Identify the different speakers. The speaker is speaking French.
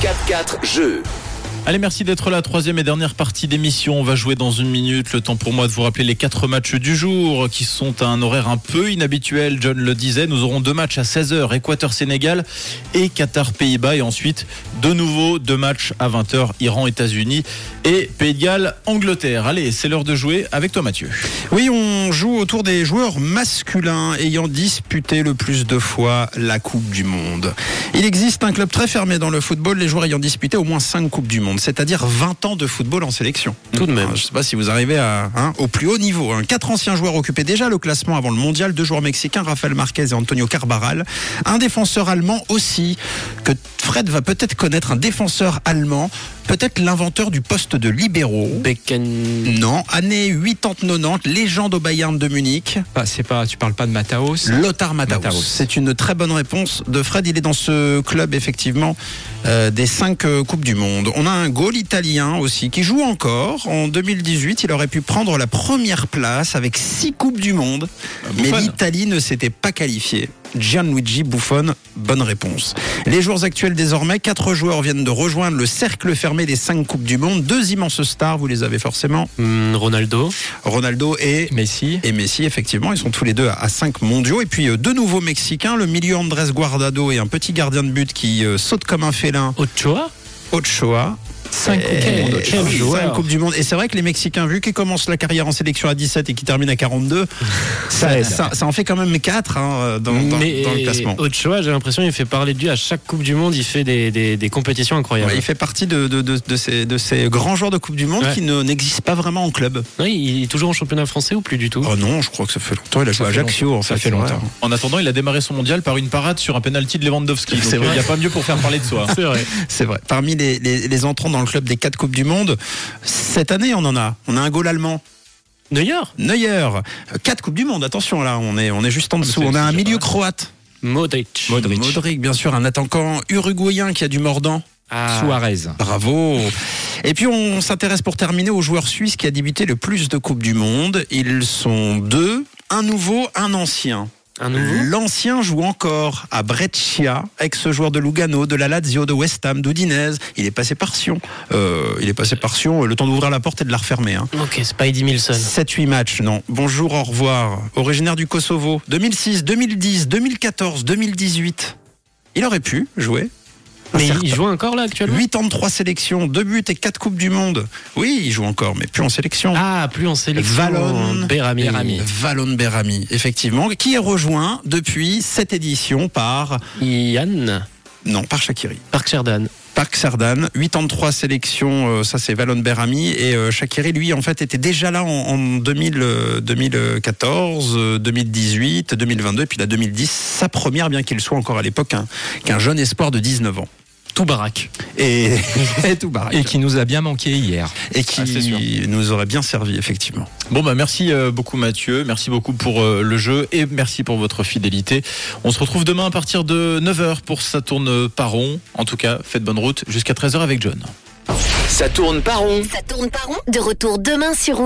Speaker 1: 4 jeux.
Speaker 2: Allez, merci d'être là. Troisième et dernière partie d'émission. On va jouer dans une minute. Le temps pour moi de vous rappeler les quatre matchs du jour qui sont à un horaire un peu inhabituel. John le disait, nous aurons deux matchs à 16h, Équateur-Sénégal et Qatar-Pays-Bas. Et ensuite, de nouveau, deux matchs à 20h, Iran-États-Unis et Pays de Galles-Angleterre. Allez, c'est l'heure de jouer avec toi, Mathieu.
Speaker 3: Oui, on joue autour des joueurs masculins ayant disputé le plus de fois la Coupe du Monde. Il existe un club très fermé dans le football, les joueurs ayant disputé au moins 5 Coupes du Monde, c'est-à-dire 20 ans de football en sélection.
Speaker 4: Tout de même.
Speaker 3: Hein, Je ne sais pas si vous arrivez à, hein, au plus haut niveau. hein. Quatre anciens joueurs occupaient déjà le classement avant le mondial, deux joueurs mexicains, Rafael Marquez et Antonio Carbaral. Un défenseur allemand aussi, que Fred va peut-être connaître, un défenseur allemand, peut-être l'inventeur du poste de libéraux.
Speaker 4: Becken.
Speaker 3: Non, année 80-90, légende au Bayern de Munich,
Speaker 5: Bah, c'est pas, tu parles pas de Mataos.
Speaker 3: Lothar Matthaus.
Speaker 5: Matthaus.
Speaker 3: C'est une très bonne réponse de Fred. Il est dans ce club, effectivement, euh, des cinq euh, Coupes du Monde. On a un goal italien aussi qui joue encore. En 2018, il aurait pu prendre la première place avec six Coupes du Monde,
Speaker 5: Ah,
Speaker 3: mais
Speaker 2: Buffon.
Speaker 3: l'Italie ne s'était pas qualifiée. Gianluigi Buffon, bonne réponse. Les joueurs actuels désormais, quatre joueurs viennent de rejoindre le cercle fermé des cinq Coupes du Monde. Deux immenses stars, vous les avez forcément,
Speaker 4: Hmm, Ronaldo.
Speaker 3: Ronaldo et
Speaker 5: Messi.
Speaker 3: et Messi, effectivement, ils sont tous les deux à- à 5 mondiaux. Et puis euh, deux nouveaux Mexicains, le milieu Andrés Guardado et un petit gardien de but qui euh, saute comme un félin,
Speaker 4: Ochoa.
Speaker 3: Ochoa.
Speaker 4: 5
Speaker 2: Eh,
Speaker 4: Coupes du Monde. Ochoa.
Speaker 3: Cinq Coupes du Monde. Et c'est vrai que les Mexicains, vu qu'ils commencent la carrière en sélection à 17 et qu'ils terminent à 42, ça, ça- ça en fait quand même 4 dans, dans-
Speaker 4: Mais
Speaker 3: dans le classement.
Speaker 4: Ochoa, j'ai l'impression, il fait parler de lui à chaque Coupe du Monde. Il fait des, des, des compétitions incroyables.
Speaker 3: Ouais, il fait partie de, de- de- de ces, de ces grands joueurs de Coupe du Monde
Speaker 4: Ouais.
Speaker 3: qui ne- n'existent pas vraiment en club.
Speaker 4: Ouais, il est toujours en championnat français ou plus du tout
Speaker 3: Oh non, je crois que ça fait longtemps. Il a
Speaker 5: Ça
Speaker 3: joué à
Speaker 5: fait
Speaker 3: Ajaccio, en
Speaker 5: longtemps. Ça
Speaker 3: fait,
Speaker 5: fait
Speaker 3: c'est vrai.
Speaker 5: longtemps.
Speaker 2: En attendant, il a démarré son mondial par une parade sur un penalty de Lewandowski. Donc,
Speaker 4: C'est
Speaker 2: euh, il
Speaker 4: vrai.
Speaker 2: n'y a pas mieux pour faire parler de soi.
Speaker 4: C'est vrai.
Speaker 3: C'est vrai. Parmi les, les- les entrants dans le club des quatre Coupes du Monde, cette année, on en a. On a un goal allemand,
Speaker 4: Neuer.
Speaker 3: Neuer. Euh, Quatre Coupes du Monde, attention là, on est, on est juste en dessous. On a un milieu croate.
Speaker 4: Modric.
Speaker 5: Modric.
Speaker 3: bien sûr, un attaquant uruguayen qui a du mordant.
Speaker 4: Ah.
Speaker 5: Suarez.
Speaker 3: Bravo. Et puis on s'intéresse pour terminer au joueur suisse qui a débuté le plus de Coupes du Monde. Ils sont deux, un nouveau, un ancien.
Speaker 4: Un nouveau.
Speaker 3: L'ancien joue encore à Breccia, ex-joueur de Lugano, de la Lazio, de West Ham, d'Udinese. Il est passé par Sion. Euh, il est passé par Sion, euh, le temps d'ouvrir la porte et de la refermer. Hein.
Speaker 4: Ok, Spidey Milson.
Speaker 3: 7-8 matchs, non. Bonjour, au revoir. Originaire du Kosovo, 2006, 2010, 2014, 2018. Il aurait pu jouer. Un
Speaker 4: Mais
Speaker 3: certain-
Speaker 4: il joue encore là actuellement
Speaker 3: 8 ans de 3 sélections, 2 buts et 4 Coupes du Monde. Oui, il joue encore, mais plus en sélection.
Speaker 4: Ah, plus en sélection.
Speaker 3: Valon.
Speaker 4: Berami.
Speaker 3: Valon Berami, effectivement, qui est rejoint depuis cette édition par.
Speaker 4: Yann.
Speaker 3: Non, par Shakiri.
Speaker 4: Park Sherdan.
Speaker 3: Parc Sardane, 83 sélections, euh, ça c'est Valon Berami et euh, Shakiri lui en fait était déjà là en, en 2000, euh, 2014, euh, 2018, 2022 puis la 2010, sa première bien qu'il soit encore à l'époque un- qu'un jeune espoir de 19 ans.
Speaker 4: Tout baraque.
Speaker 3: Et, et tout barré.
Speaker 5: Et qui nous a bien manqué hier.
Speaker 3: Et qui
Speaker 2: Ah, c'est sûr.
Speaker 3: nous aurait bien servi effectivement.
Speaker 2: Bon bah merci euh, beaucoup Mathieu, merci beaucoup pour euh, le jeu et merci pour votre fidélité. On se retrouve demain à partir de 9h pour ça tourne par rond. En tout cas, faites bonne route jusqu'à 13h avec John.
Speaker 1: Ça tourne pas rond.
Speaker 6: Ça tourne par rond. De retour demain sur Rouge.